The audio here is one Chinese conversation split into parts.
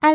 艾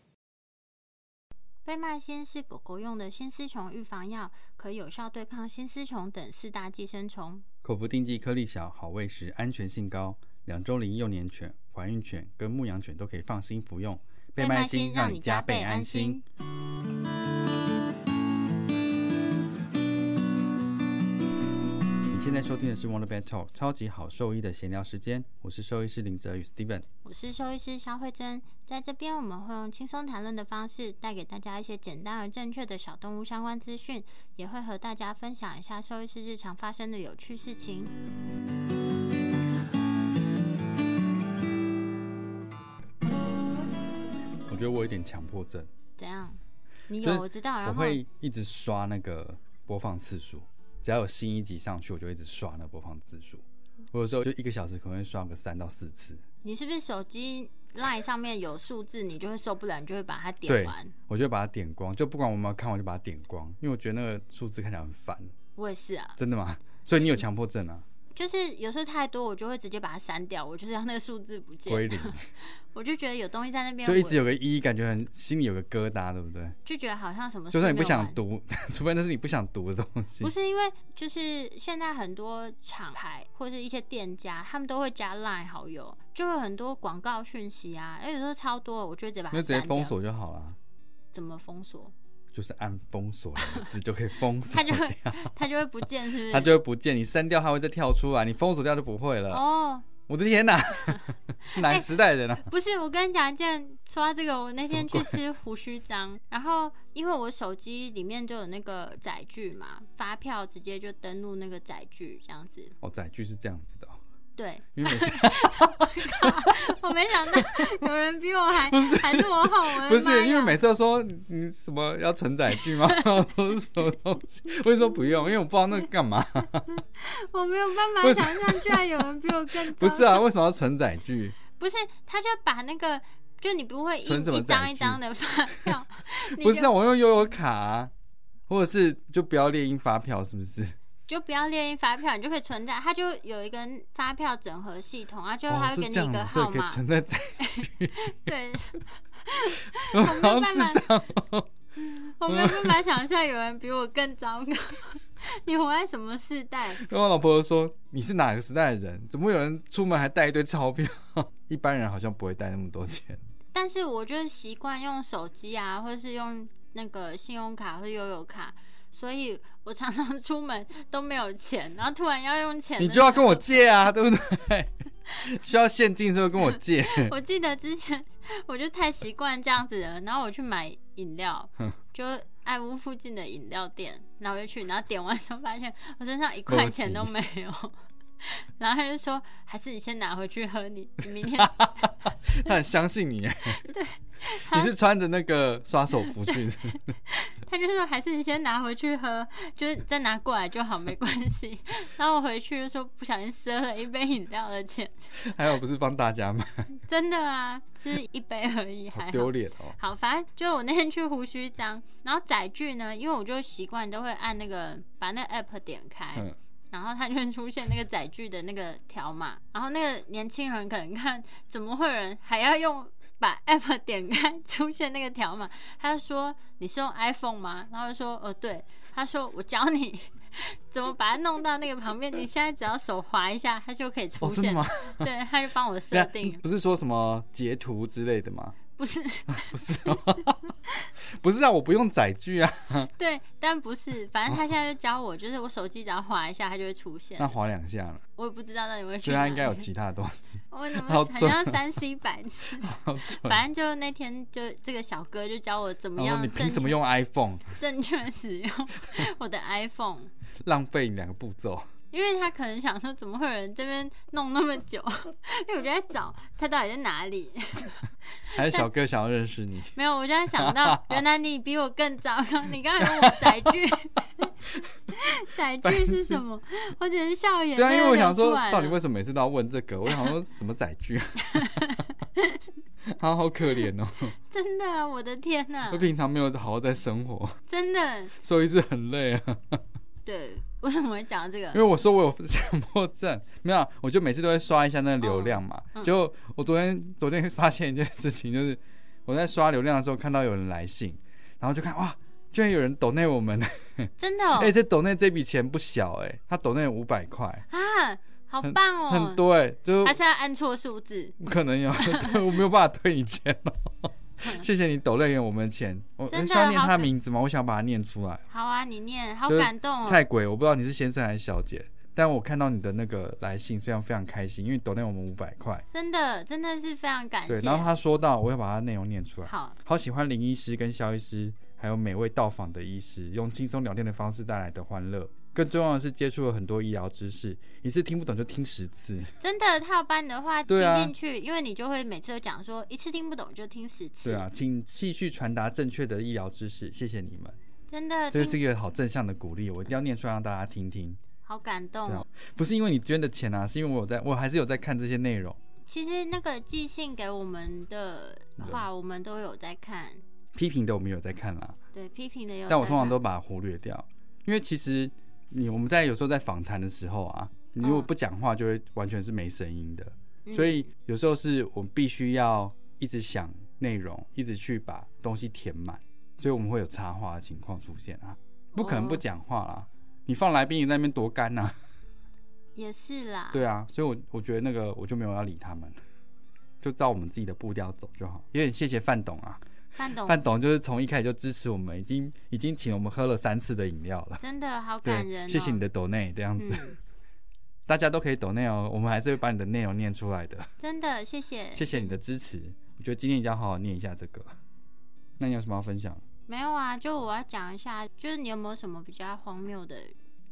贝麦新是狗狗用的新丝虫预防药，可有效对抗新丝虫等四大寄生虫。口服定剂颗粒小，好喂食，安全性高，两周龄幼年犬、怀孕犬跟牧羊犬都可以放心服用。贝麦新让你加倍安心。你现在收听的是 Wonder Vet Talk 超级好兽医的闲聊时间，我是兽医师林哲宇 Steven。我是兽医师肖慧珍，在这边我们会用轻松谈论的方式，带给大家一些简单而正确的小动物相关资讯，也会和大家分享一下兽医师日常发生的有趣事情。我觉得我有点强迫症，怎样？你就是有我知道，我然后会一直刷那个播放次数，只要有新一集上去，我就一直刷那个播放次数。我有时候就一个小时可能会刷个三到四次，你是不是手机 line 上面有数字，你就会受不了，你就会把它点对完？我就把它点光，就不管我有没有看，我就把它点光，因为我觉得那个数字看起来很烦。我也是啊，真的吗？所以你有强迫症啊？就是有时候太多，我就会直接把它删掉，我就是要那个数字不归见，零，我就觉得有东西在那边，就一直我有个一，感觉很心里有个疙瘩，对不对？就觉得好像什么事就算你不哦没有完想读， 除非那是你不想读的东西不。是因为就是现在很多厂牌或者一些店家，他们都会加 LINE 好友，就会有很多广告讯息啊，而有时候超多的，我就会直接把它那直接删掉封，锁就好了，怎么封锁？就是按封锁两个字就可 以封锁它就掉，会它就会不见，是不是？ 它就会不见。你删掉它会再跳出来，你封锁掉就不会了。哦，哎我 的天哪， 哪个时代人啊？不是，我跟你讲一件，说到这个，我那天什去么吃胡须章，然后因为我手机里面就有那个载具嘛，发票直接就登录那个载具这样子。哦，载具是这样子的哦，对，因为每次我没想到有人比我 还还落后，我的不妈是因为呀每次都说你什么要存载具 吗？我说什么东西？我就说不用，因为我不知道那个干哦嘛。我没有办不法是想象，居然有人比我 更不是糟，啊，为什么要存载具？不是，他就把那个，就你不会一存什么一张载一具张的发 票，你不、就是啊，我用悠游卡、啊，或者是就不要猎鹰发票，是不是？就不要列印发票，你就可以存在，它就有一个发票整合系统，啊，就它会哦，是给你这一样个子，所以号可以码，存 在在， 对，好办像法智障哦。我没有办法想象有人比我更糟糕， 你活在什么世代？然后我老婆就说：“你是哪个时代的人？怎么会有人出门还带一堆钞票？ 一般人好像不会带那么 多钱。但是我就是习惯用手机啊，或者是用那个信用卡或者悠游卡，所以我常常出门都没有钱，然后突然要用钱的时候，你就要跟我借啊，对不对？需要现金就跟我借。 我记得之前我就太习惯这样子了，然后我去买饮料，就爱屋附近的饮料店，然后我就去，然后点完之后发现我身上一块钱都没有，然后他就说还是你先拿回去喝你，你 明天他很相 信你。对， 你是穿着那个刷手服去是不是他就说还是你先拿回去喝，就是再拿过来就好，没关系。然后我回去就说不小心赊了一杯饮料的钱，还有不是帮大家买，真的啊，就是一杯而已，还好好。丢脸哦。好，反正就是我那天去胡须章，然后载具呢，因为我就习惯都会按那个把那个 app 点开，嗯，然后它就会出现那个载具的那个条码，然后那个年轻人可能看怎么会有人还要用把 app 点开出现那个条码，他就说你是用 iPhone 吗？然后我就说哦对，他说我教你 怎么把它弄到那个旁边，你现在只要手滑一下，它就可以出哦，真的现，吗？对，他就帮我对设啊，定，不是说什么截图之类的吗？不是。不是、哦，不是啊，我不用载具啊，对，但不是，反哦正他现在就教我，就是我手机只要滑一下，它就会出现那。划两下呢，我也不知道那你会去所以哪它里。应该有哦其他的东西。 我怎么好很蠢像三 C 白 痴？好蠢反正就那天就这个小哥就教我怎么然后样哦你正凭什么用 iPhone？正确使用 我的 iPhone，浪费两个步骤，因为他可能想说怎么会有人这边弄那么久，因为我就在找他到底在哪里。还是小哥想要认识你？ 没有，我就在想到原来你比我更糟糕，你刚才用我载具，载具是什么？我只是笑眼泪对啊，因为我想流说出来，了到底为什么每次都要问这个？我想说什么载具啊？ 他好可怜哦， 真的啊，我的天哪我，平常没有好好在生活，真的，所以是很累啊。对，为什么会讲到这因个？为我说我有强迫症，没有啊，我就每次都会刷一下那个流量嘛。嗯嗯就我昨天昨天发现一件事情，就是 我在刷流量的时候看到有人来信，然后就看哇，居然有人抖内我们，真的、哦 哎、这抖内这笔钱不小哎、他抖内五百块，啊，好棒哦，很多哎、就还是要按错数字，不可 能有， 对我没有办法退你钱哦。谢谢你抖内给我们钱，我嗯真的我需要念好他可名字吗？我想把它念出来。好啊，你念，好就是感动哦，菜鬼，我不知道你是先生还是小姐，但我看到你的那个来信，非常非常开心，因为抖内我们五百块。真的，真的是非常感对，谢。然后他说到，我要把他内容念出来。好，好喜欢林医师跟肖医师，还有每位到访的医师，用轻松聊天的方式带来的欢乐。更重要的是，接触了很多医疗知识，一次听不懂就听十次。真的，他有把你的话听对啊进去，因为你就会每次都讲说一次听不懂就听十次，对啊，请继续传达正确的医疗知识，谢谢你们。真的这听个是一个好正向的鼓励，我一定要念出来让大家听听。好感动对啊哦。，不是因为你捐的钱啊，是因为我有在，我还是有在看这些内容。其实那个寄信给我们的嗯话，我们都有在看，批评的我们有在看哦啦、对批评的有在看，但我通常都把它忽略掉，因为其实你我们在有时候在访谈的时候啊，你如果嗯不讲话，就会完全是没声音的。嗯所以有时候是我们必须要一直想内容，一直去把东西填满，所以我们会有插话的情况出现啊，不可能不哦讲话啦。你放来宾你在那边多干呐、 也是啦，对啊，所以我我觉得那个我就没有要理他们，就照我们自己的步调走就好。有点谢谢范董啊，范董范董就是从一开始就支持我们，已经已经请我们喝了三次的饮料了。真的好感人、对，哦，谢谢你的抖内这样子，嗯， 大家都可以抖内哦，我们还是会把你的内容念出来的。真的谢谢，谢谢你的支持，我觉得今天一定要好好念一下这个。那你有什么要分享？没有啊，就我要讲一下，就是你有没有什么比较荒谬的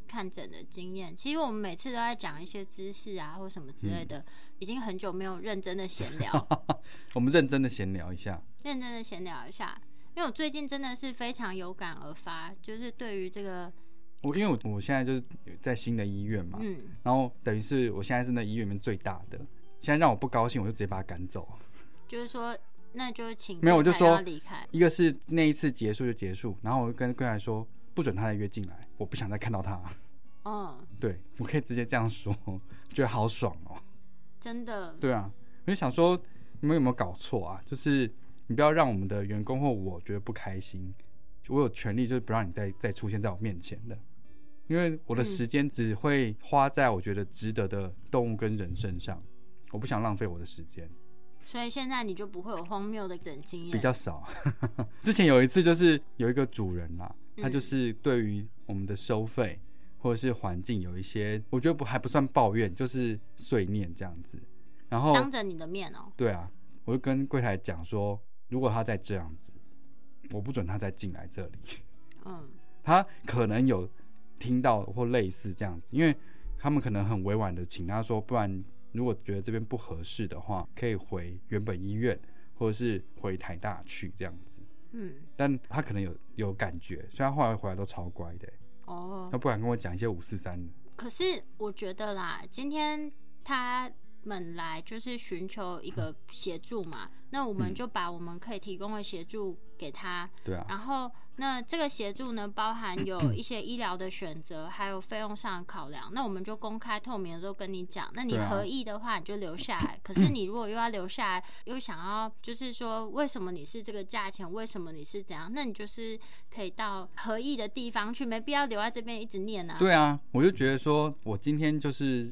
看诊的经验？其实我们每次都在讲一些知识啊，或什么之嗯类的，已经很久没有认真的闲 聊，我们认真的闲聊一下。认真的闲聊一下。因为我最近真的是非常有感而发，就是对于这个，啊我因为我我现在就是在新的医院嘛，嗯，然后等于是我现在是那医院里面最大的，现在让我不高兴，我就直接把他赶走。就是说，那就请没有我就柜台要说离开，一个是那一次结束就结束，然后我就跟柜台说不准他再约进来，我不想再看到他。 嗯，对我可以直接这样说，觉得好爽哦。真的，对啊，我就想说，你们有没有搞错啊？就是你不要让我们的员工或我觉得不开心，我有权利就是不让你再再出现在我面前的，因为我的嗯时间只会花在我觉得值得的动物跟人身上，我不想浪费我的时间，所以现在你就不会有荒谬的整经比验，较少。 之前有一次就是有一个主人啦，他就嗯是对于我们的收费。或者是环境有一些，我觉得不还不算抱怨，就是碎念这样子。然后当着你的面哦、对啊，我就跟柜台讲说，如果他再这样子，我不准他再进来这里。 嗯，他可能有听到或类似这样子，因为他们可能很委婉的请他说，不然如果觉得这边不合适的话，可以回原本医院或者是回台大去这样子。嗯，但他可能有有感觉，所以他后来回来都超乖的、欸哦，他不敢跟我讲一些五四三。可是我觉得啦，今天他们来就是寻求一个协助嘛，那我们嗯就把我们可以提供的协助给他，对啊，然后那这个协助呢，包含有一些医疗的选择，还有费用上的考量，那我们就公开透明的都跟你讲，那你对啊合意的话你就留下 来，可是你如果又要留下来，又想要就是说为什么你是这个价钱，为什么你是怎样，那你就是可以到合意的地方去，没必要留在这边一直念啊。对啊，我就觉得说，我今天就是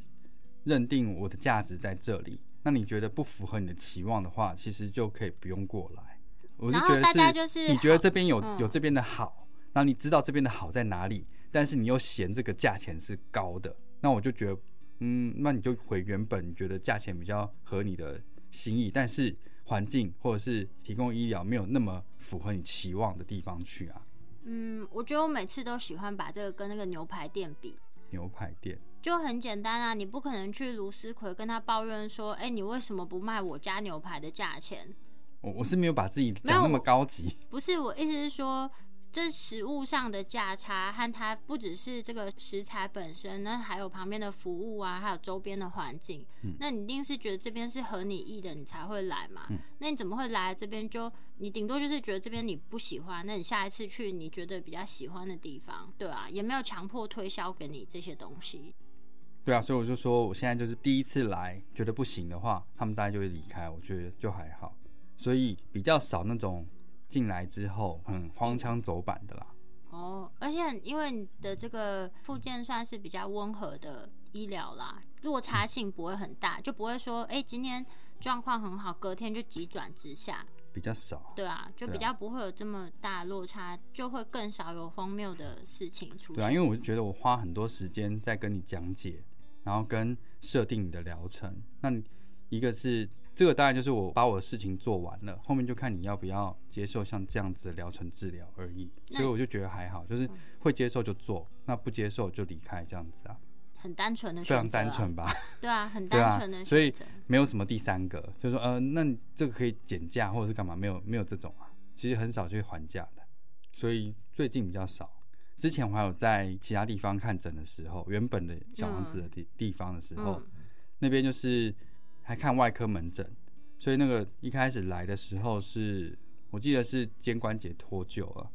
认定我的价值在这里。那你觉得不符合你的期望的话，其实就可以不用过来。我是然觉后得大家是，就是你觉得这边有、嗯有这边的好，然后你知道这边的好在哪里，但是你又嫌这个价钱是高的，那我就觉得，嗯，那你就回原本你觉得价钱比较合你的心意，但是环境或者是提供医疗没有那么符合你期望的地方去啊。嗯，我觉得我每次都喜欢把这个跟那个牛排店比，牛排店，就很简单啊，你不可能去卢思奎跟他抱怨说，哎、你为什么不卖我家牛排的价钱？我我是没有把自己没讲有那么我高级。不是，我意思是说，这食物上的价差和它不只是这个食材本身，那还有旁边的服务啊，还有周边的环境。嗯那你一定是觉得这边是合你意的，你才会来嘛。嗯那你怎么会来这边就？你顶多就是觉得这边你不喜欢，那你下一次去你觉得比较喜欢的地方，对啊，也没有强迫推销给你这些东西。对啊，所以我就说，我现在就是第一次来，觉得不行的话，他们大概就会离开，我觉得就还好，所以比较少那种进来之后很荒腔走板的啦。哦，而且因为你的这个附件算是比较温和的医疗啦，落差性不会很大，就不会说，哎、今天状况很好，隔天就急转直下，比较少，对啊，就对啊比较不会有这么大落差，就会更少有荒谬的事情出对啊，现。因为我就觉得我花很多时间在跟你讲解，然后跟设定你的疗程。那你一个是这个，当然就是我把我的事情做完了，后面就看你要不要接受像这样子的疗程治疗而已。那嗯所以我就觉得还好，就是会接受就做，那不接受就离开这样子啊，很单纯的非选择、常单，纯吧。对啊，很对单啊纯的所以选择。没有什么第三个，就是说呃，那你这个可以减价或者是干嘛？没有没有这种啊，其实很少去还价的，所以最近比较少。之前我还有在其他地方看诊的时候，原本的小王子的地、地方的时候，嗯那边就是还看外科门诊，所以那个一开始来的时候是我记得是肩关节脱臼了，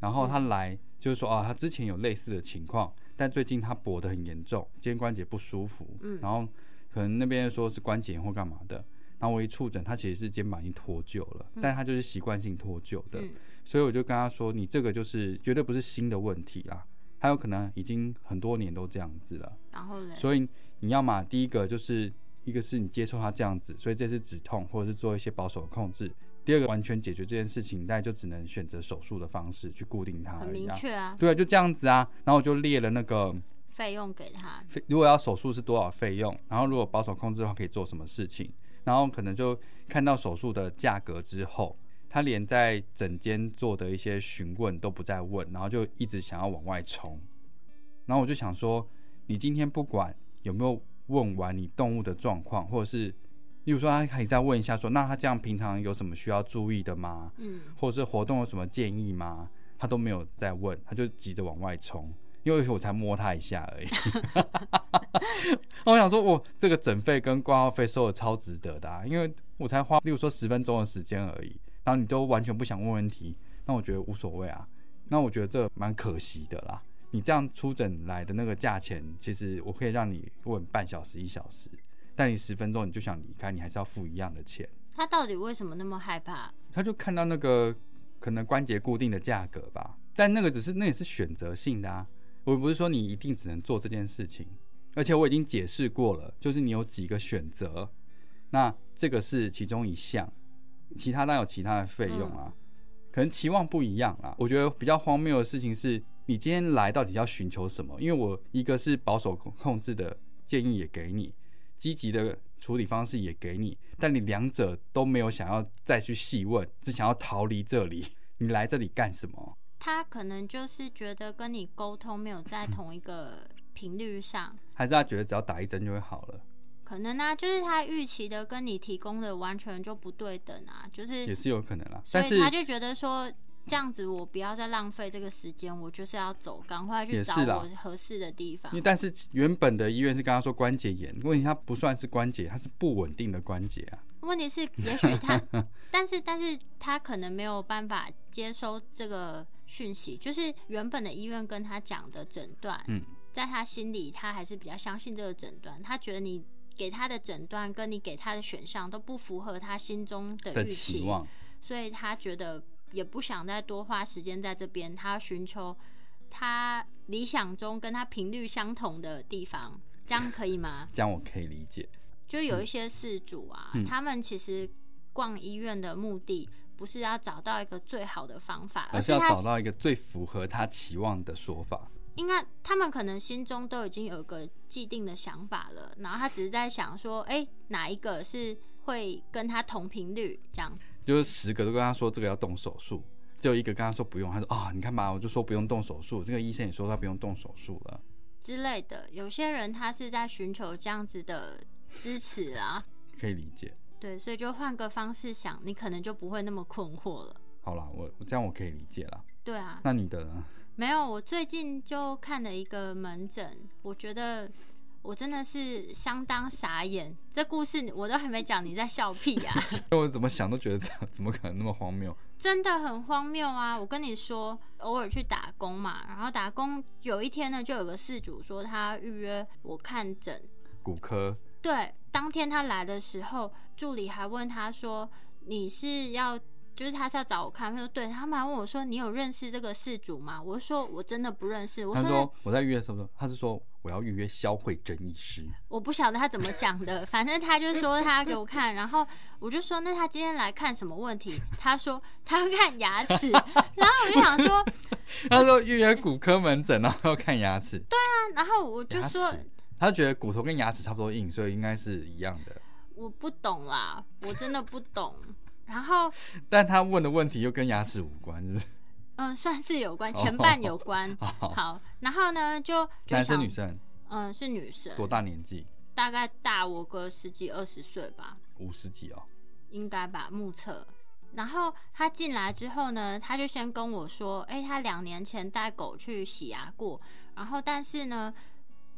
然嗯后他来就是说啊，他之前有类似的情况，但最近他跛得很严重，肩关节不舒服，嗯然后可能那边说是关节炎或干嘛的，然后我一触诊，他其实是肩膀已经脱臼了，但他就是习惯性脱臼的，嗯所以我就跟他说，你这个就是绝对不是新的问题啦，他有可能已经很多年都这样子了。然后呢？所以你要嘛，第一个就是一个是你接受它这样子，所以这是止痛或者是做一些保守的控制；第二个完全解决这件事情，大家就只能选择手术的方式去固定它很而已明啊。确啊，对啊，就这样子啊。然后我就列了那个，费用给他，费如果要手术是多少费用，然后如果保守控制的话可以做什么事情，然后可能就看到手术的价格之后。他连在整间做的一些询问都不再问，然后就一直想要往外冲。然后我就想说，你今天不管有没有问完你动物的状况，或者是，例如说他可以再问一下说，那他这样平常有什么需要注意的吗？嗯，或者是活动有什么建议吗？他都没有再问，他就急着往外冲，因为我才摸他一下而已。 我想说，我这个诊费跟挂号费收的超值得的、啊，因为我才花，例如说十分钟的时间而已，然后你都完全不想问问题，那我觉得无所谓啊，那我觉得这蛮可惜的啦。你这样出诊来的那个价钱，其实我可以让你问半小时、一小时，但你十分钟你就想离开，你还是要付一样的钱。他到底为什么那么害怕？他就看到那个可能关节固定的价格吧，但那个只是那也是选择性的啊。我不是说你一定只能做这件事情，而且我已经解释过了，就是你有几个选择，那这个是其中一项，其他当然有其他的费用啊，可能期望不一样啦。我觉得比较荒谬的事情是你今天来到底要寻求什么？因为我一个是保守控制的建议也给你，积极的处理方式也给你，但你两者都没有想要再去细问，只想要逃离这里。你来这里干什么？他可能就是觉得跟你沟通没有在同一个频率上，还是他觉得只要打一针就会好了？可能呢、就是他预期的跟你提供的完全就不对等啊，就是，也是有可能啦。所但是以他就觉得说这样子我不要再浪费这个时间，我就是要走，赶快去也找是啦我合适的地方因为。但是原本的医院是跟他说关节炎，问题他不算是关节，他是不稳定的关节啊。问题 是，也许他，但是但是他可能没有办法接收这个讯息，就是原本的医院跟他讲的诊断，嗯，在他心里他还是比较相信这个诊断，他觉得你给他的诊断跟你给他的选项都不符合他心中的的预期期，望，所以他觉得也不想再多花时间在这边，他要寻求他理想中跟他频率相同的地方，这样可以吗？这样我可以理解。就有一些事主啊，嗯他们其实逛医院的目的不是要找到一个最好的方法，而而是是要啊他找到一个最符合他期望的说法。应该他们可能心中都已经有个既定的想法了，然后他只是在想说，哎、哪一个是会跟他同频率这样？就是十个都跟他说这个要动手术，只有一个跟他说不用，他说啊、你看嘛，我就说不用动手术，这个医生也说他不用动手术了。之类的，有些人他是在寻求这样子的支持啊，可以理解。对，所以就换个方式想，你可能就不会那么困惑了。好啦，我我这样我可以理解啦。对啊，那你的呢？ 没有，我最近就看了一个门诊，我觉得我真的是相当傻眼。这故事我都还没讲，你在笑屁啊呀、我怎么想都觉得这怎么可能那么荒谬？真的很荒谬啊！我跟你说，偶尔去打工嘛，然后打工有一天呢，就有个事主说他预约我看诊，骨科对，当天他来的时候，助理还问他说：“你是要，就是他是要找我看？”他说：“对。”他们还问我说：“你有认识这个事主吗？”我说：“我真的不认识。”我他说说我在预约的时候，他是说我要预约肖慧珍医师，：“我不晓得他怎么讲的，反正他就说他给我看，然后我就说：‘那他今天来看什么问题？’他说：‘他要看牙齿。’然后我就想说，啊他说预约骨科门诊，然后要看牙齿，对，然后我就说。”他觉得骨头跟牙齿差不多硬，所以应该是一样的。我不懂啦，我真的不懂。然后，但他问的问题又跟牙齿无关，是不是？ 嗯、算是有关，前半有关。好，好，然后呢，就就哦男生想女生嗯，是女生，多大年纪？大概大我个十几二十岁吧，五十几哦，应该吧，目测。然后她进来之后呢，她就先跟我说，哎、她两年前带狗去洗牙过，然后但是呢，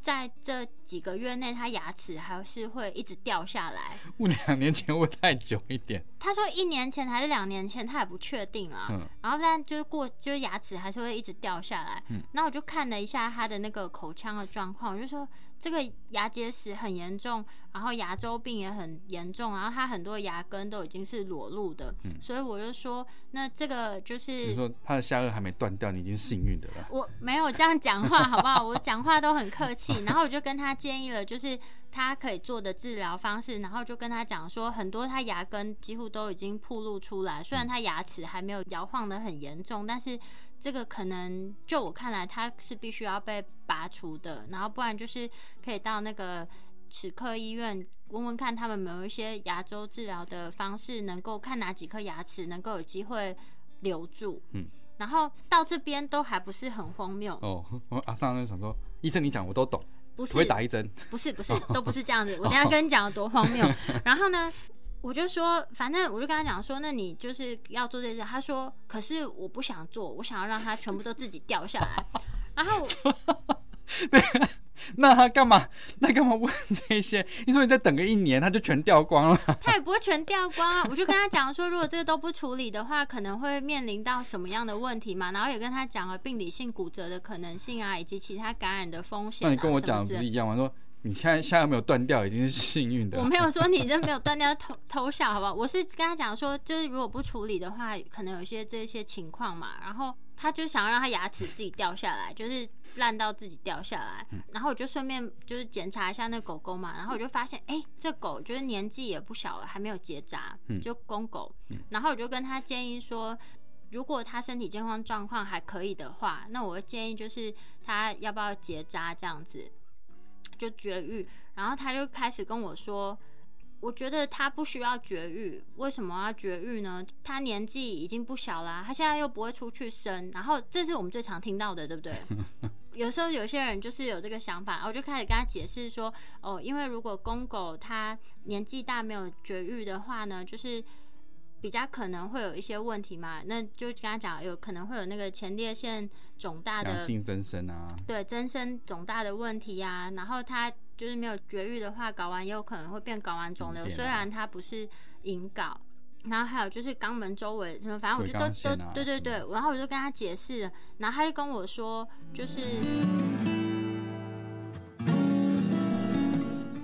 在这几个月内，她牙齿还是会一直掉下来。我两年前问太久一点，她说一年前还是两年前，她也不确定啊。嗯，然后但就是过，就是牙齿还是会一直掉下来。嗯然后我就看了一下他的那个口腔的状况，我就说这个牙结石很严重，然后牙周病也很严重，然后他很多牙根都已经是裸露的，嗯所以我就说，那这个就你是。说他的下颚还没断掉，你已经幸运的了。我没有这样讲话，好不好？我讲话都很客气，然后我就跟他建议了，就是他可以做的治疗方式，然后就跟他讲说，很多他牙根几乎都已经暴露出来，虽然他牙齿还没有摇晃的很严重，但是这个可能就我看来，它是必须要被拔除的，然后不然就是可以到那个齿科医院问问看他们有没有一些牙周治疗的方式，能够看哪几颗牙齿能够有机会留住。嗯，然后到这边都还不是很荒谬，哦，我阿上就想说，医生你讲我都懂，不只是会打一哦针。 不是不是，都不是这样子。我等一下跟你讲有多荒谬。然后呢，我就说，反正我就跟他讲说，那你就是要做这些。他说，可是我不想做，我想要让它全部都自己掉下来。然后我那他干嘛？那干嘛问这些？你说你再等个一年，他就全掉光了。他也不会全掉光啊。我就跟他讲说，如果这个都不处理的话，可能会面临到什么样的问题嘛。然后也跟他讲了病理性骨折的可能性啊，以及其他感染的风险、那啊。你跟我什么讲的之不类是一样吗？说你现在下颚没有断掉，已经是幸运的我了。没有说 你这没有断掉偷偷笑，好不好？我是跟他讲说，就是如果不处理的话，可能有一些这些情况嘛。然后他就想要让他牙齿自己掉下来，就是烂到自己掉下来。然后我就顺便就是检查一下那狗狗嘛，然后我就发现，哎、这狗就是年纪也不小了，还没有结扎，嗯就公狗。然后我就跟他建议说。如果他身体健康状况还可以的话，那我会建议就是他要不要结扎这样子，就绝育。然后他就开始跟我说，我觉得他不需要绝育，为什么要绝育呢？他年纪已经不小啦、他现在又不会出去生，然后这是我们最常听到的，对不对？ 有时候有些人就是有这个想法，我就开始跟他解释说，哦，因为如果公狗它年纪大没有绝育的话呢，就是比较可能会有一些问题嘛，那就跟他讲有可能会有那个前列腺肿大良的性增生啊，对增生肿大的问题呀、然后它就是没有绝育的话，睾丸也有可能会变睾丸肿瘤，嗯变啊虽然它不是隐睾。然后还有就是肛门周围什么，反正我就都对肛都腺啊对对对，然后我就跟他解释了，然后他就跟我说，就是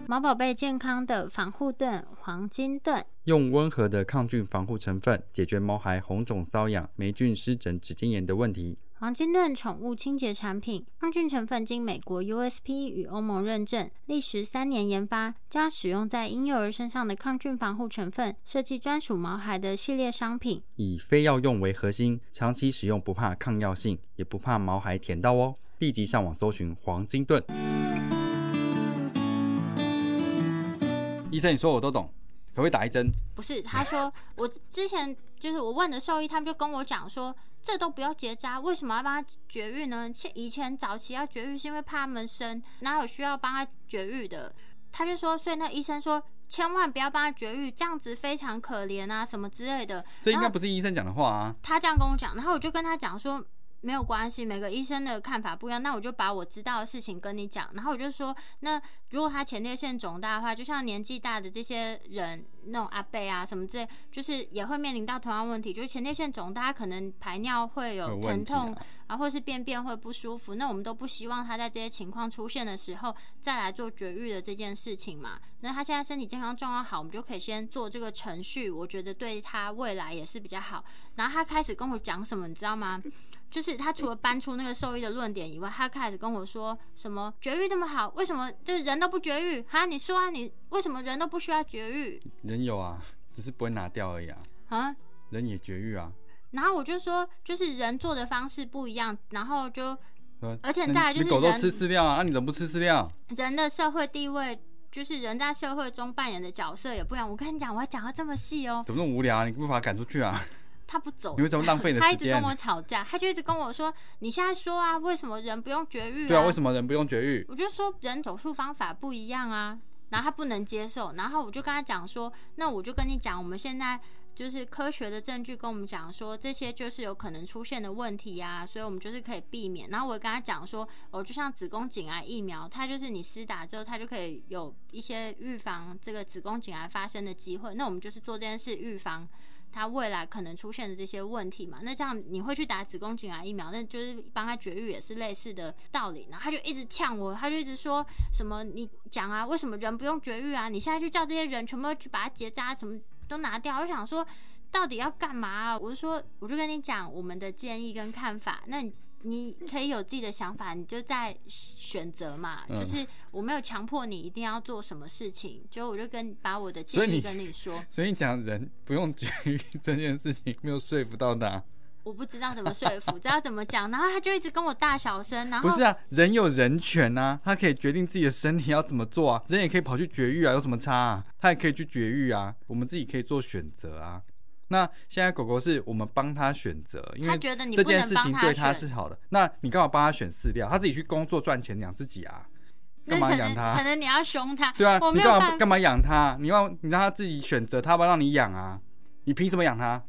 毛宝贝健康的防护盾黄金盾，用温和的抗菌防护成分解决毛孩红肿、瘙痒、霉菌、湿疹、指尖炎的问题。黄金盾宠物清洁产品，抗菌成分经美国 USP 与欧盟认证，历时三年研发，将使用在婴幼儿身上的抗菌防护成分设计专属毛孩的系列商品。以非药用为核心，长期使用不怕抗药性，也不怕毛孩舔到哦。立即上网搜寻黄金盾。医生，你说我都懂，可不可以打一针？不是，他说我之前就是我问的兽医，他们就跟我讲说，这都不要结扎，为什么要帮他绝育呢？现以前早期要绝育是因为怕他们生，哪有需要帮他绝育的？他就说，所以那医生说千万不要帮他绝育，这样子非常可怜啊，什么之类的。这应然该后不是医生讲的话啊。他这样跟我讲，然后我就跟他讲说。没有关系，每个医生的看法不一样。那我就把我知道的事情跟你讲，然后我就说，那如果他前列腺肿大的话，就像年纪大的这些人，那种阿伯啊什么之类，就是也会面临到同样问题，就是前列腺肿大，他可能排尿会会有有哦疼问题啊痛，然后或是便便会不舒服，那我们都不希望他在这些情况出现的时候再来做绝育的这件事情嘛。那他现在身体健康状况好，我们就可以先做这个程序，我觉得对他未来也是比较好。然后他开始跟我讲什么，你知道吗？就是他除了搬出那个兽医的论点以外，他开始跟我说什么绝育这么好，为什么就是人都不绝育？哈，你说啊，你为什么人都不需要绝育人有啊，只是不会拿掉而已啊。啊？人也绝育啊，然后我就说，就是人做的方式不一样，然后就对吧而且那再来你就是你狗都人吃饲料啊，那、你怎么不吃饲料？人的社会地位，就是人在社会中扮演的角色也不一样。我跟你讲，我要讲到这么细哦，怎么那么无聊、啊？你不把它赶出去啊？他不走你，为什么浪费你的哦他时一直跟间？我吵架，他就一直跟我说：“你现在说啊，为什么人不用绝育、对啊，为么什么人不用绝育？？”我就说人手术方法不一样啊，然后他不能接受，然后我就跟他讲说：“那我就跟你讲，我们现在。”就是科学的证据跟我们讲说，这些就是有可能出现的问题啊，所以我们就是可以避免。然后我也跟他讲说，哦，就像子宫颈癌疫苗，它就是你施打之后，它就可以有一些预防这个子宫颈癌发生的机会。那我们就是做这件事预防它未来可能出现的这些问题嘛。那这样你会去打子宫颈癌疫苗，那就是帮他绝育也是类似的道理。然后他就一直呛我，他就一直说什么你讲啊，为什么人不用绝育啊？你现在就叫这些人全部去把它结扎，什么都拿掉。我就想说。到底要干嘛、啊？我就说，我就跟你讲我们的建议跟看法。那你你可以有自己的想法，你就在选择嘛。嗯就是我没有强迫你一定要做什么事情，就我就跟把我的所建议以你跟你说。所以你讲人不用绝育 这件事情没有说服到他，我不知道怎么说服， 知道怎么讲，然后他就一直跟我大小声，然后不是啊，人有人权啊，他可以决定自己的身体要怎么做啊，人也可以跑去绝育啊，有什么差啊？他也可以去绝育啊，我们自己可以做选择啊。那现在狗狗是我们帮他选择，因他为觉得你这不件能事帮情对他他是选，好的。那你干嘛帮他选饲料？他自己去工作赚钱养自己啊，那干嘛可养能他可？能你要凶他，对啊我，你没有干办嘛法，干嘛养它？你让你让它自己选择，它要不要让你养啊？你凭什么 养它？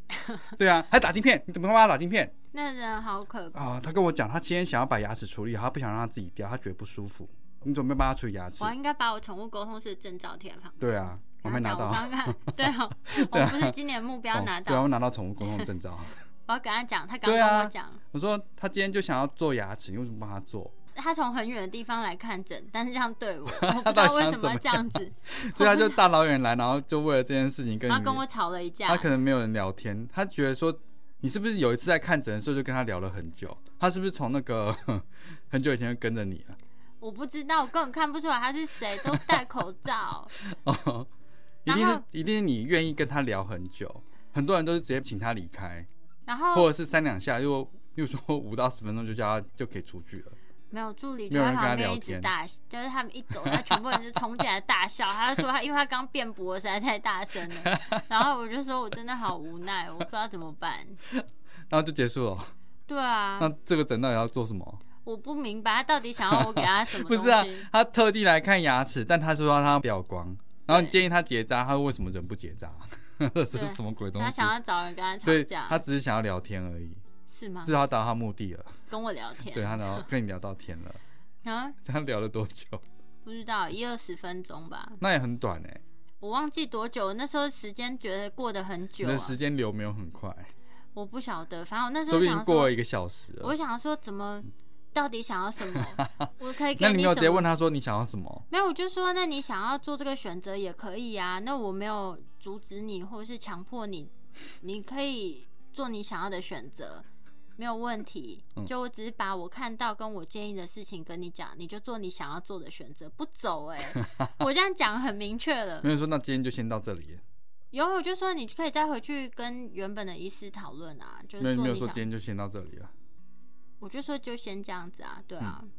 对啊，还打晶片，你怎么会帮它打晶片那人好可怕。啊？他跟我讲，他今天想要把牙齿处理好，他不想让它自己掉，他觉得不舒服。你准备帮他处理牙齿我？应该把我宠物沟通师的证照贴在旁边。对啊，我没拿讲，到我啊。刚刚对哦， 我们不是今年目标拿哦对啊，到，我拿到宠物沟通证照。 我要跟他讲，他刚对啊刚跟我讲，我说他今天就想要做牙齿，你为什么帮他 做？他从很远的地方来看诊，但是这样 对我，我不啊他知道到底为想什么要怎么这样子，所以他就大老远来，然后就为了这件事 情跟然后你跟我吵了一架他。可能没有人聊天，他觉得说你是不是有一次在看诊的时候就跟他聊了很久？他是不是从那个很久以前就跟着你了？ 我不知道，我根本看不出来他是谁，都戴口罩。 哦，一然定是后一定是你愿意跟他聊很久，很多人都是直接请他离开，然后或者是三两下又又说五到十分钟就叫他就可以出去了。没有助理没就有在人跟他旁边聊一直天大，就是他们一走，他全部人就冲进来大笑。 他就说他，因为他刚辩驳实在太大声 了，然后我就说我真的好无奈，我不知道怎么办。然后就结束了。对啊，那这个诊断要做什么？我不明白他到底想要我给他什么 不东是啊西。，他特地来看牙齿，但他说他要掉光，然后你对建议他结扎，他为什么人不结扎？ 这是什么鬼东他西？想要找人跟他所吵以他架，只是想要聊天而已。是吗至？少达到他目的了，跟我聊对啊天他聊跟你聊到天了， 啊？这样聊了多久？不知道一二十分钟吧，那也很短哎、我忘记多久。那时候时间觉得过得很你久、啊的，时间流没有很快，我不晓得。反正我那时说候不定想过说了，一个小时我了。想说怎么。到底想要什 么？我可以给那你没有什直接么问他说你想要什么？没有，我就说，那你想要做这个选择也可以啊。那我没有阻止你，或者是强迫你，你可以做你想要的选择，没有问题。嗯就我只是把我看到跟我建议的事情跟你讲，你就做你想要做的选择，不走哎、 我这样讲很明确了没。有说那今天就先到这里，然后我就说，你可以再回去跟原本的医师讨论啊，就没是有做没有你说想今。天就先到这里了。我就说就先这样子啊，对啊，嗯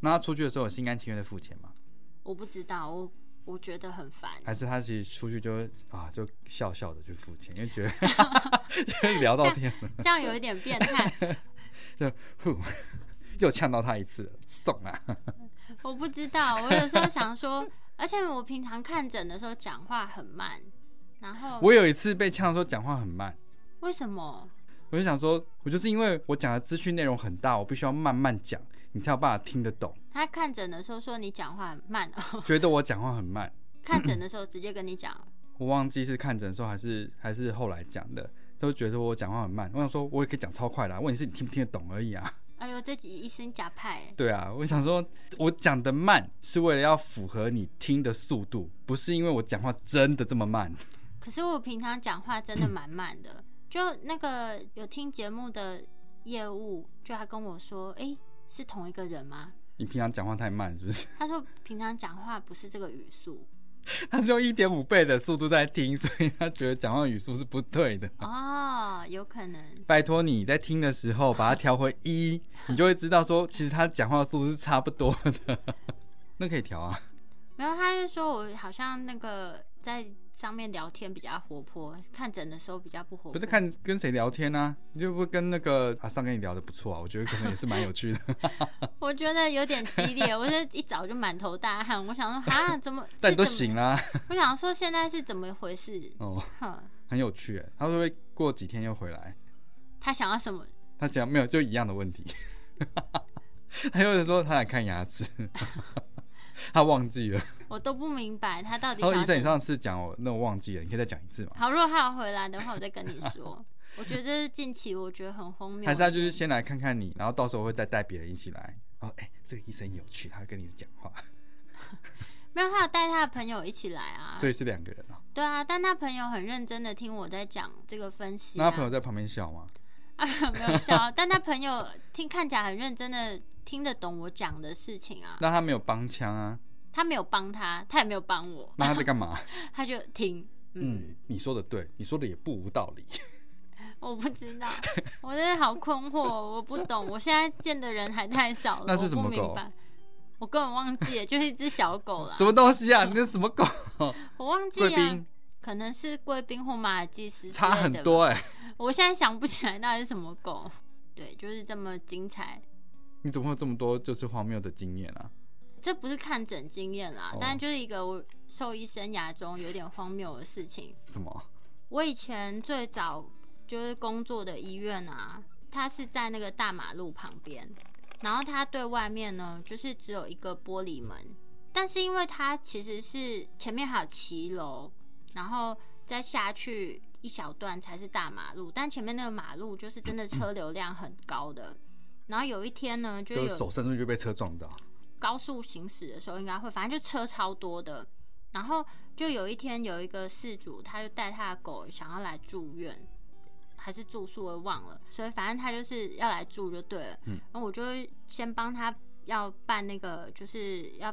那他出去的时候，我心甘情愿的付钱吗？我不知道，我我觉得很烦。还是他其实出去就啊就笑笑的去付钱，因为 觉得因为聊到天了，这样有一点变态，就呼又呛到他一次了，送啊！ 我不知道，我有时候想说， 而且我平常看诊的时候讲话很慢，然后我有一次被呛说讲话很慢，为什么？我就想说，我就是因为我讲的资讯内容很大，我必须要慢慢讲，你才有办法听得懂。他看诊的时候说你讲话很慢 哦，觉得我讲话很慢，看诊的时候直接跟你讲，我忘记是看诊的时候还是还是后来讲的，都觉得我讲话很慢。我想说，我也可以讲超快啦，问题是你听不听得懂而已啊。 哎呦，这集医生假派，对啊，我想说，我讲的慢是为了要符合你听的速度，不是因为我讲话真的这么慢。可是我平常讲话真的蛮慢的，就那个有听节目的业务，就他跟我说，哎、是同一个人吗？你平常讲话太慢，是不是？ 他说平常讲话不是这个语速他是用一点五倍的速度在听，所以他觉得讲话语速是不对的。哦，有可能拜托你在听的时候把它调回 一，你就会知道说，其实他讲话的速度是差不多的。 那可以调啊，没有，他就说我好像那个在上面聊天比较活泼，看诊的时候比较不活泼。不是看跟谁聊天啊，你就不会跟那个阿尚跟你聊的不错啊，我觉得可能也是蛮有 趣的。 我觉得有点激烈，我这一早就满头大汗。我想说， 哈，怎么？但你都是怎么醒啦、我想说，现在是怎么回事？哦，哼，很有趣欸耶。他会不会过几天又回来？他想要什么？他讲没有，就一样 的问题。他又说他来看牙齿，他忘记了。我都不明白他到底他说：“想医要生，你怎上次讲我，那我忘记了，你可以再讲一次嘛？好，如果他要回来的话，我再跟你说。我觉得这是近期我觉得很荒谬的一件。还是他就是先来看看你，然后到时候会再带别人一起来。然后哎、这个医生有趣，他会跟你讲话，没有，他有带他的朋友一起来啊所。以是两个人哦、对啊，但他朋友很认真的听我在讲这个分析、那啊。他朋友在旁边笑吗？啊，没有笑，但他朋友听看起来很认真的听得懂我讲的事情啊。那他没有帮腔啊？他没有帮他，他也没有帮我，那他在 干嘛？他就听。嗯，嗯，你说的对，你说的也不无道理。我不知道，我真的好困惑，我不懂。我现在见的人还太少了，那是我什么不明狗白。我根本忘记了，就是一只小狗啦什，么东西啊？你那什么狗？我忘记贵了宾，可能是贵宾或马尔济斯之差类很啊的吧多哎、我现在想不起来到底是什么狗。对，就是这么精彩。你怎么会有这么多就是荒谬的经验啊？这不是看诊经验啦，哦但就是一个我兽医生涯中有点荒谬的事情。什么？我以前最早就是工作的医院啊，它是在那个大马路旁边，然后它对外面呢就是只有一个玻璃门，但是因为它其实是前面还有骑楼，然后再下去一小段才是大马路，但前面那个马路就是真的车流量很高的。然后有一天呢，就就有是手伸出去就被车撞到，高速行驶的时候应该会，反正就车超多的。然后就有一天有一个事主，他就带他的狗想要来住院，还是住宿我也忘了，所以反正他就是要来住就对了。嗯，然后我就会先帮他要办那个，就是要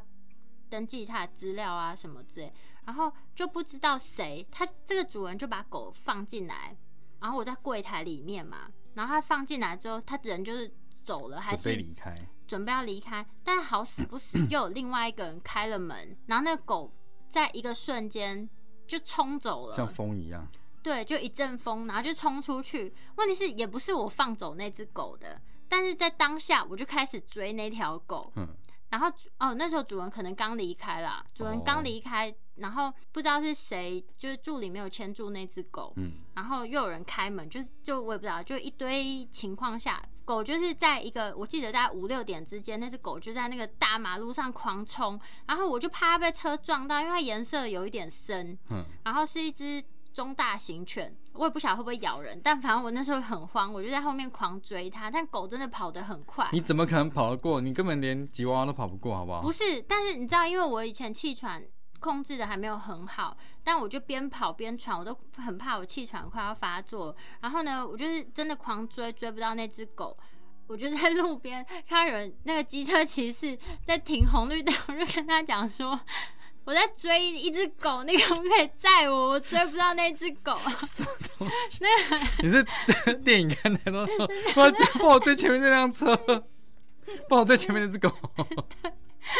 登记他的资料啊什么之类。然后就不知道谁，他这个主人就把狗放进来，然后我在柜台里面嘛，然后他放进来之后，他人就是走了，还准备是啊离开。准备要离开，但好死不死又有另外一个人开了门，然后那个狗在一个瞬间就冲走像了，风一样，对，就一阵风，然后就冲出去。问题是也不是我放走那只狗的，但是在当下我就开始追那条狗，嗯，然后主哦那时候主人可能刚离开啦，主人刚离开，然后不知道是谁就是助理没有牵住那只狗，嗯，然后又有人开门，就是就我也不知道，就一堆情况下，狗就是在一个我记得大概五六点之间，那只狗就在那个大马路上狂冲，然后我就怕它被车撞到，因为它颜色有一点深，嗯，然后是一只中大型犬，我也不晓得会不会咬人，但反正我那时候很慌，我就在后面狂追它，但狗真的跑得很快。你怎么可能跑得过？你根本连吉娃娃都跑不过，好不好？不是，但是你知道，因为我以前气喘控制的还没有很好，但我就边跑边喘，我都很怕我气喘快要发作。然后呢，我就是真的狂追，追不到那只狗。我就在路边看到有人那个机车骑士在停红绿灯，我就跟他讲说。 我在追一只狗，那个可不可以载我？我追不到那只狗。 你是电影看太多，我帮我追前面那辆车， 帮我追前面那只狗。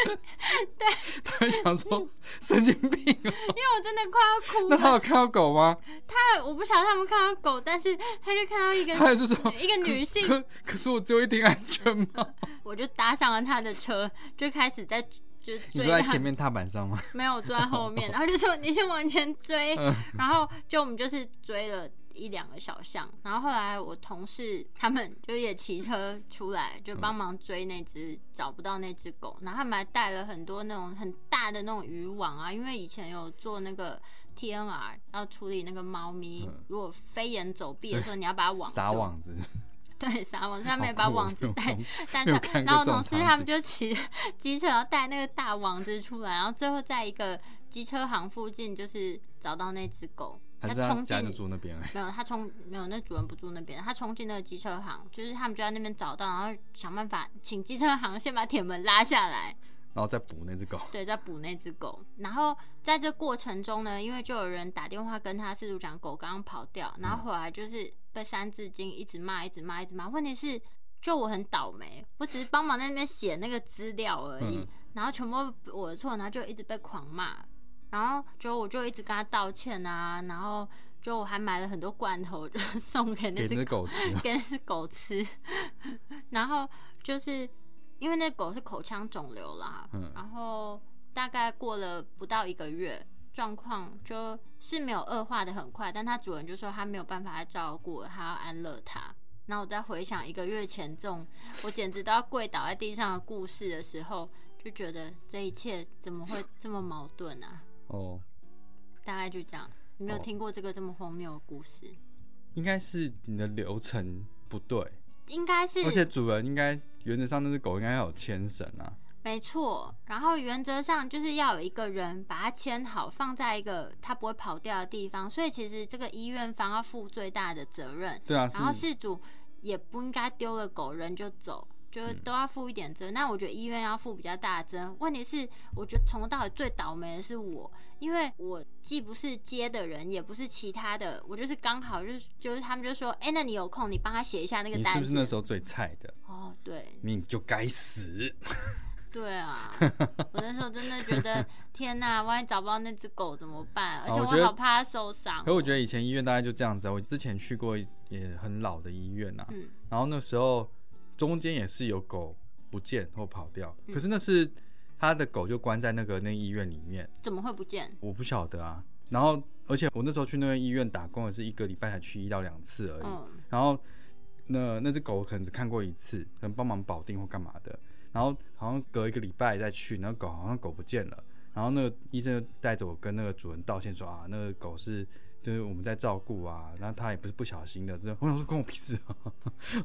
对， 他会想说神经 病哦、因为我真的快要哭那他了。有看到狗吗？他我不晓得他们看到狗，但是他就看到一个 他还是说一个女性 可可是我只有一顶安全帽。我就搭上了他的车，就开始在就是你追坐在他前面踏板上吗？ 没有我坐在后 面，然后就说你先往前追，嗯然后就我们就是追了一两个小巷，然后后来我同事他们就也骑车出来，就帮忙追那只找不到那只狗，然后他们还带了很多那种很大的那种渔网啊，因为以前有做那个 TNR 要处理那个猫咪、嗯如果飞檐走壁的时候，你要把它网撒住，网子，对撒网，所以哦他们也好把酷哦网子没有带看但没有是，看过然后我这种同事场他们景就骑 机车，然后带那个大网子出来，然后最后在一个机车行附近，就是找到那只狗，它还是他冲家就进。住 那边而已。没有，它冲没有，那主人不住那边，它冲进那个机车行，就是他们就在那边找到，然后想办法请机车行先把铁门拉下来，然后再补那只狗。对，再捕那只狗。然后在这过程中呢，因为就有人打电话跟他事主讲狗刚刚跑掉，然嗯后后来就是被三字经一直骂，一直骂，一直骂。问题是，就我很倒霉，我只是帮忙在那边写那个资料而已，嗯然后全部都我的错，然后就一直被狂骂。然后就我就一直跟他道歉啊，然后就我还买了很多罐头，就送给那给那只只狗吃吗，给那只狗吃， 然后就是因为那狗是口腔肿瘤啦，嗯然后大概过了不到一个月，状况就是没有恶化的很快，但它主人就说他没有办法再照顾了，他要安乐它。然后我再回想一个月前这种我简直都要跪倒在地上的故事的时候，就觉得这一切怎么会这么矛盾啊？ 哦，大概就这样。你没有哦听过这个这么荒谬的故事？应该是你的流程不对，应该是而且主人应该原则上那只狗应该要有牵绳啊，没错，然后原则上就是要有一个人把它牵好，放在一个它不会跑掉的地方。所以其实这个医院方要负最大的责任，对啊，是然后事主也不应该丢了狗人就走，就是嗯都要负一点责任。那我觉得医院要负比较大的责任。问题是，我觉得从头到尾最倒霉的是我，因为我既不是接的人，也不是其他的，我就是刚好就是就是他们就说，哎、那你有空你帮他写一下那个你单是子。不是那时候最菜的？哦，对，你就该死，对啊， 我那时候真的觉得，天哪，万一找不到那只狗怎么办？而且啊我觉得好怕它受伤。哦可我觉得以前医院大概就这样子啊，我之前去过也很老的医院啊，嗯然后那时候中间也是有狗不见或跑掉，嗯可是那是他的狗就关在那个那医院里面，怎么会不见？我不晓得啊。然后而且我那时候去那个医院打工也是一个礼拜才去一到两次而已，嗯然后那那只狗可能只看过一次，可能帮忙保定或干嘛的，然后好像隔一个礼拜再去，那狗好像狗不见了，然后那个医生就带着我跟那个主人道歉说啊，那个狗是。就是我们在照顾啊，然后他也不是不小心的，这我想说关我屁事、 啊，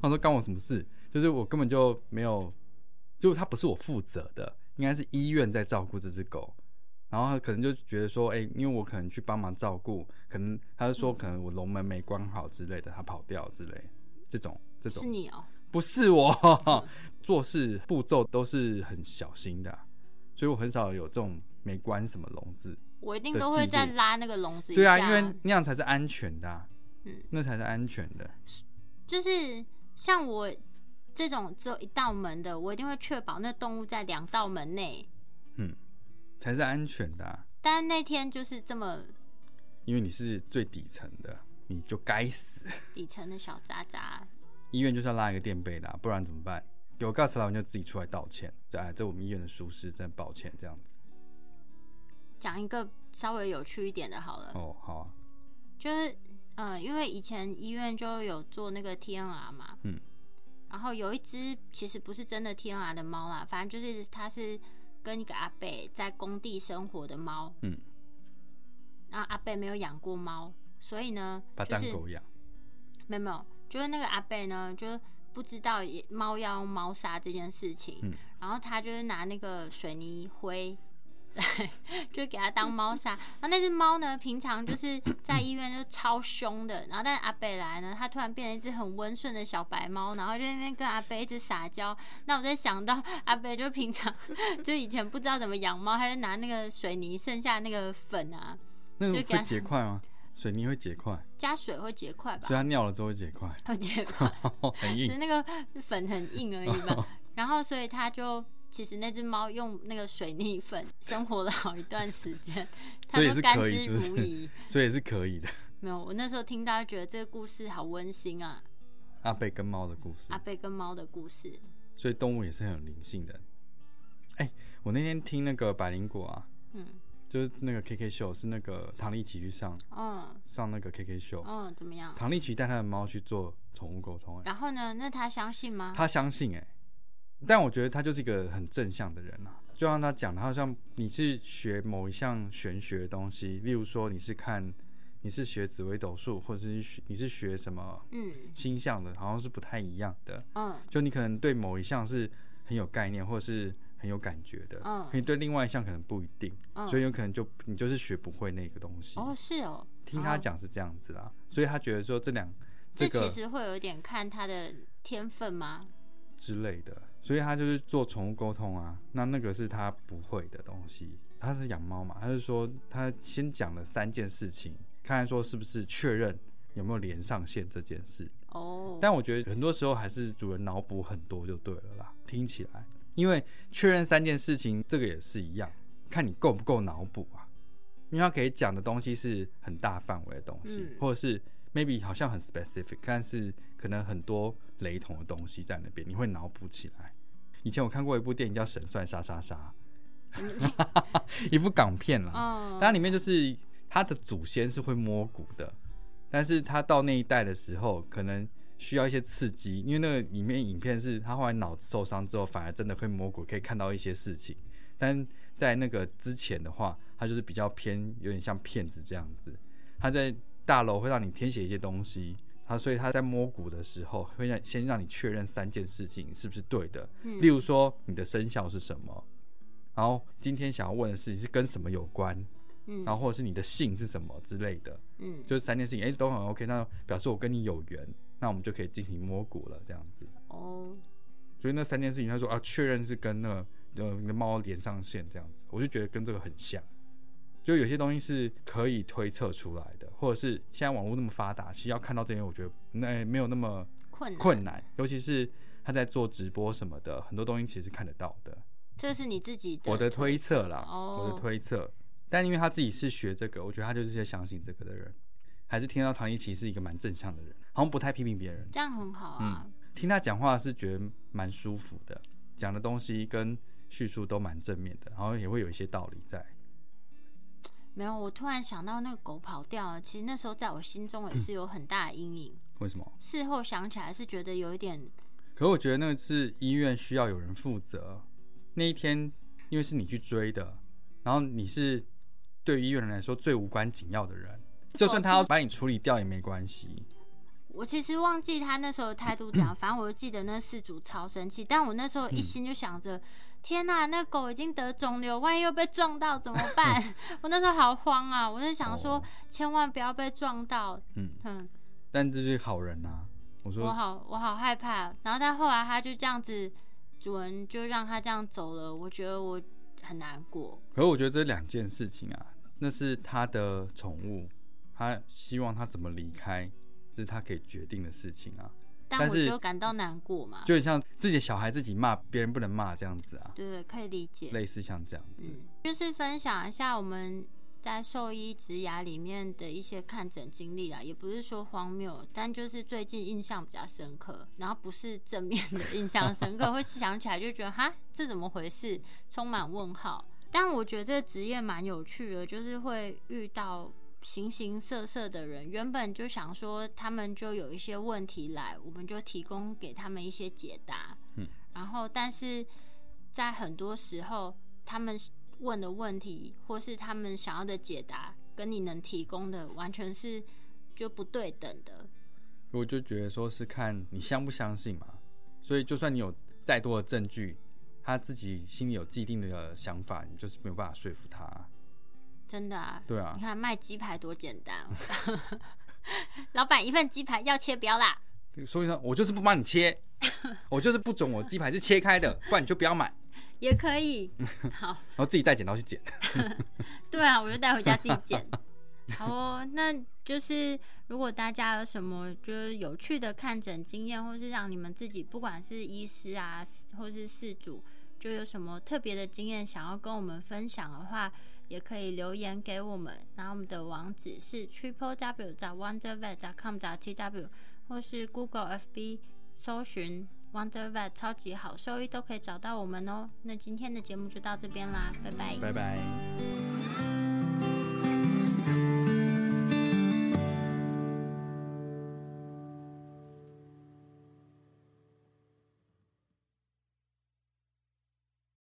我说干我什么事？就是我根本就没有，就他不是我负责的，应该是医院在照顾这只狗，然后他可能就觉得说，哎、因为我可能去帮忙照顾，可能他就说可能我龙门没关好之类的，他跑掉之类，这种这种是你哦、不是我 做事步骤都是很小心的啊、所以我很少有这种没关什么笼子。我一定的都会记录再拉那个笼子一对下。啊，因为那样才是安全的、啊，嗯那才是安全的。就是像我这种只有一道门的，我一定会确保那动物在两道门内。嗯，才是安全的、啊，但那天就是这么因为你是最底层的，你就该死。 底层的小渣渣，医院就是要拉一个垫背的啊、不然怎么办？有告诉他，我就自己出来道歉，就哎，这我们医院的疏失，真的抱歉，这样子。讲一个稍微有趣一点的好了。哦，好啊，就是呃，因为以前医院就有做那个 TNR 嘛，嗯，然后有一只其实不是真的 TNR 的猫啦，反正就是它是跟一个阿贝在工地生活的猫，嗯，然后阿贝没有养过猫，所以呢，把就它当是狗养，没有没有，就是那个阿贝呢，就是不知道也猫要用猫砂这件事情，嗯然后他就是拿那个水泥灰。来，就给它当猫砂。然后那只猫呢，平常就是在医院就超凶的，然后但是阿北来呢，它突然变成一只很温顺的小白猫，然后就在那边跟阿北一直撒娇。那我在想到阿北就平常就以前不知道怎么养猫，他就拿那个水泥剩下那个粉啊，那个就给它会结块吗？水泥会结 块，加水会结块吧所以，它尿了之后会结块， 哦会结块。很只硬啊哦是。那个粉很硬而已嘛。然后，所以它就其实那只猫用那个水泥粉生活了好一段时间，它所以都是甘可以，之是不如饴是。？所以是可以的。没有，我那时候听到就觉得这个故事好温馨啊，阿贝跟猫的故事阿，贝跟猫的故事。所以动物也是很有灵性的。哎、我那天听那个百灵果啊，嗯就是那个 KK 秀，是那个唐丽奇去上嗯上那个 KK 秀，嗯，怎么样？唐丽奇带他的猫去做宠物沟通、哎，然后呢？那他相信吗？他相信哎、但我觉得他就是一个很正向的人啊。就像他讲的，他好像你是学某一项玄学的东西，例如说你是看你是学紫微斗数，或者是学你是学什么嗯星象的，好像是不太一样的。嗯就你可能对某一项是很有概念，或者是很有感觉的，嗯可你对另外一项可能不一定，嗯，所以有可能就你就是学不会那个东西。哦是哦，听他哦，讲是这样子啦，所以他觉得说这两这个其实会有一点看他的天分吗？之类的，所以他就是做宠物沟通啊，那那个是他不会的东西。他是养猫嘛，他就说他先讲了三件事情，看看说是不是确认有没有连上线这件事。哦，但我觉得很多时候还是主人脑补很多就对了啦，听起来，因为确认三件事情，这个也是一样，看你够不够脑补啊。因为他可以讲的东西是很大范围的东西，嗯或者是 maybe 好像很 specific，但是可能很多雷同的东西在那边，你会脑补起来。以前我看过一部电影叫《神算杀杀杀》， 一部港片啦，嗯，它里面就是他的祖先是会摸骨的，但是他到那一代的时候，可能需要一些刺激，因为那个里面影片是他后来脑子受伤之后，反而真的会摸骨，可以看到一些事情。但在那个之前的话，他就是比较偏，有点像骗子这样子。他在大楼会让你填写一些东西，他所以他在摸骨的时候会让先让你确认三件事情是不是对的，嗯例如说你的生肖是什么，然后今天想要问的事情是跟什么有关，嗯然后或者是你的姓是什么之类的，嗯就是三件事情，哎、都很 OK，那表示我跟你有缘，那我们就可以进行摸骨了，这样子。哦，所以那三件事情，他说啊，确认是跟那个呃你的猫连上线这样子，我就觉得跟这个很像。就有些东西是可以推测出来的，或者是现在网络那么发达，其实要看到这些，我觉得那、没有那么困难困难，尤其是他在做直播什么的，很多东西其实是看得到的。这是你自己的我的推测啦，哦我的推测。但因为他自己是学这个，我觉得他就是些相信这个的人，还是听到唐一奇是一个蛮正向的人，好像不太批评别人。这样很好啊，听他讲话是觉得蛮舒服的，讲的东西跟叙述都蛮正面的，然后也会有一些道理在。没有，我突然想到那个狗跑掉了，其实那时候在我心中也是有很大的阴影。为什么？事后想起来是觉得有一点，可我觉得那个是医院需要有人负责。那一天，因为是你去追的，然后你是对于医院人来说最无关紧要的人，就算哦他要把你处理掉也没关系。我其实忘记他那时候的态度怎样，反正我就记得那事主超生气，但我那时候嗯一心就想着，天哪、那狗已经得肿瘤，万一又被撞到怎么 办？我那时候好慌啊，我就想说，哦千万不要被撞到，嗯，嗯，但这就是好人啊。我我说，好我好害怕哦。然后但后来他就这样子，主人就让他这样走了，我觉得我很难过，可是我觉得这两件事情啊，那是他的宠物，他希望他怎么离开，这是他可以决定的事情啊。但但我是就感到难过嘛，就很像自己的小孩自己骂别人不能骂这样子啊，对，可以理解。类似像这样子。嗯，就是分享一下我们在兽医职涯里面的一些看诊经历啊，也不是说荒谬，但就是最近印象比较深刻，然后不是正面的印象深刻，会想起来就觉得哈，这怎么回事，充满问号。但我觉得这个职业蛮有趣的，就是会遇到。形形色色的人，原本就想说他们就有一些问题来，我们就提供给他们一些解答。然后但是在很多时候，他们问的问题或是他们想要的解答，跟你能提供的完全是就不对等的。我就觉得说是看你相不相信嘛，所以就算你有再多的证据，他自己心里有既定的想法，你就是没有办法说服他啊、真的啊，对啊你，看卖鸡排多简单、 老板一份鸡排要切不要啦？所以呢，我就是不帮你切，我就是不准我鸡排是切开的，不然你就不要买，也可以，好，然后自己带剪刀去剪。 对啊，我就带回家自己剪。好哦，那就是如果大家有什么就是有趣的看诊经验，或是让你们自己不管是医师啊，或是事主，就有什么特别的经验想要跟我们分享的话，也可以留言给我们。然后我们的网址是 triple w 在 wondervet com 在 tw，或是 Google FB 搜寻 Wonder Vet 超级好兽医都可以找到我们哦。那今天的节目就到这边啦，拜拜。拜拜。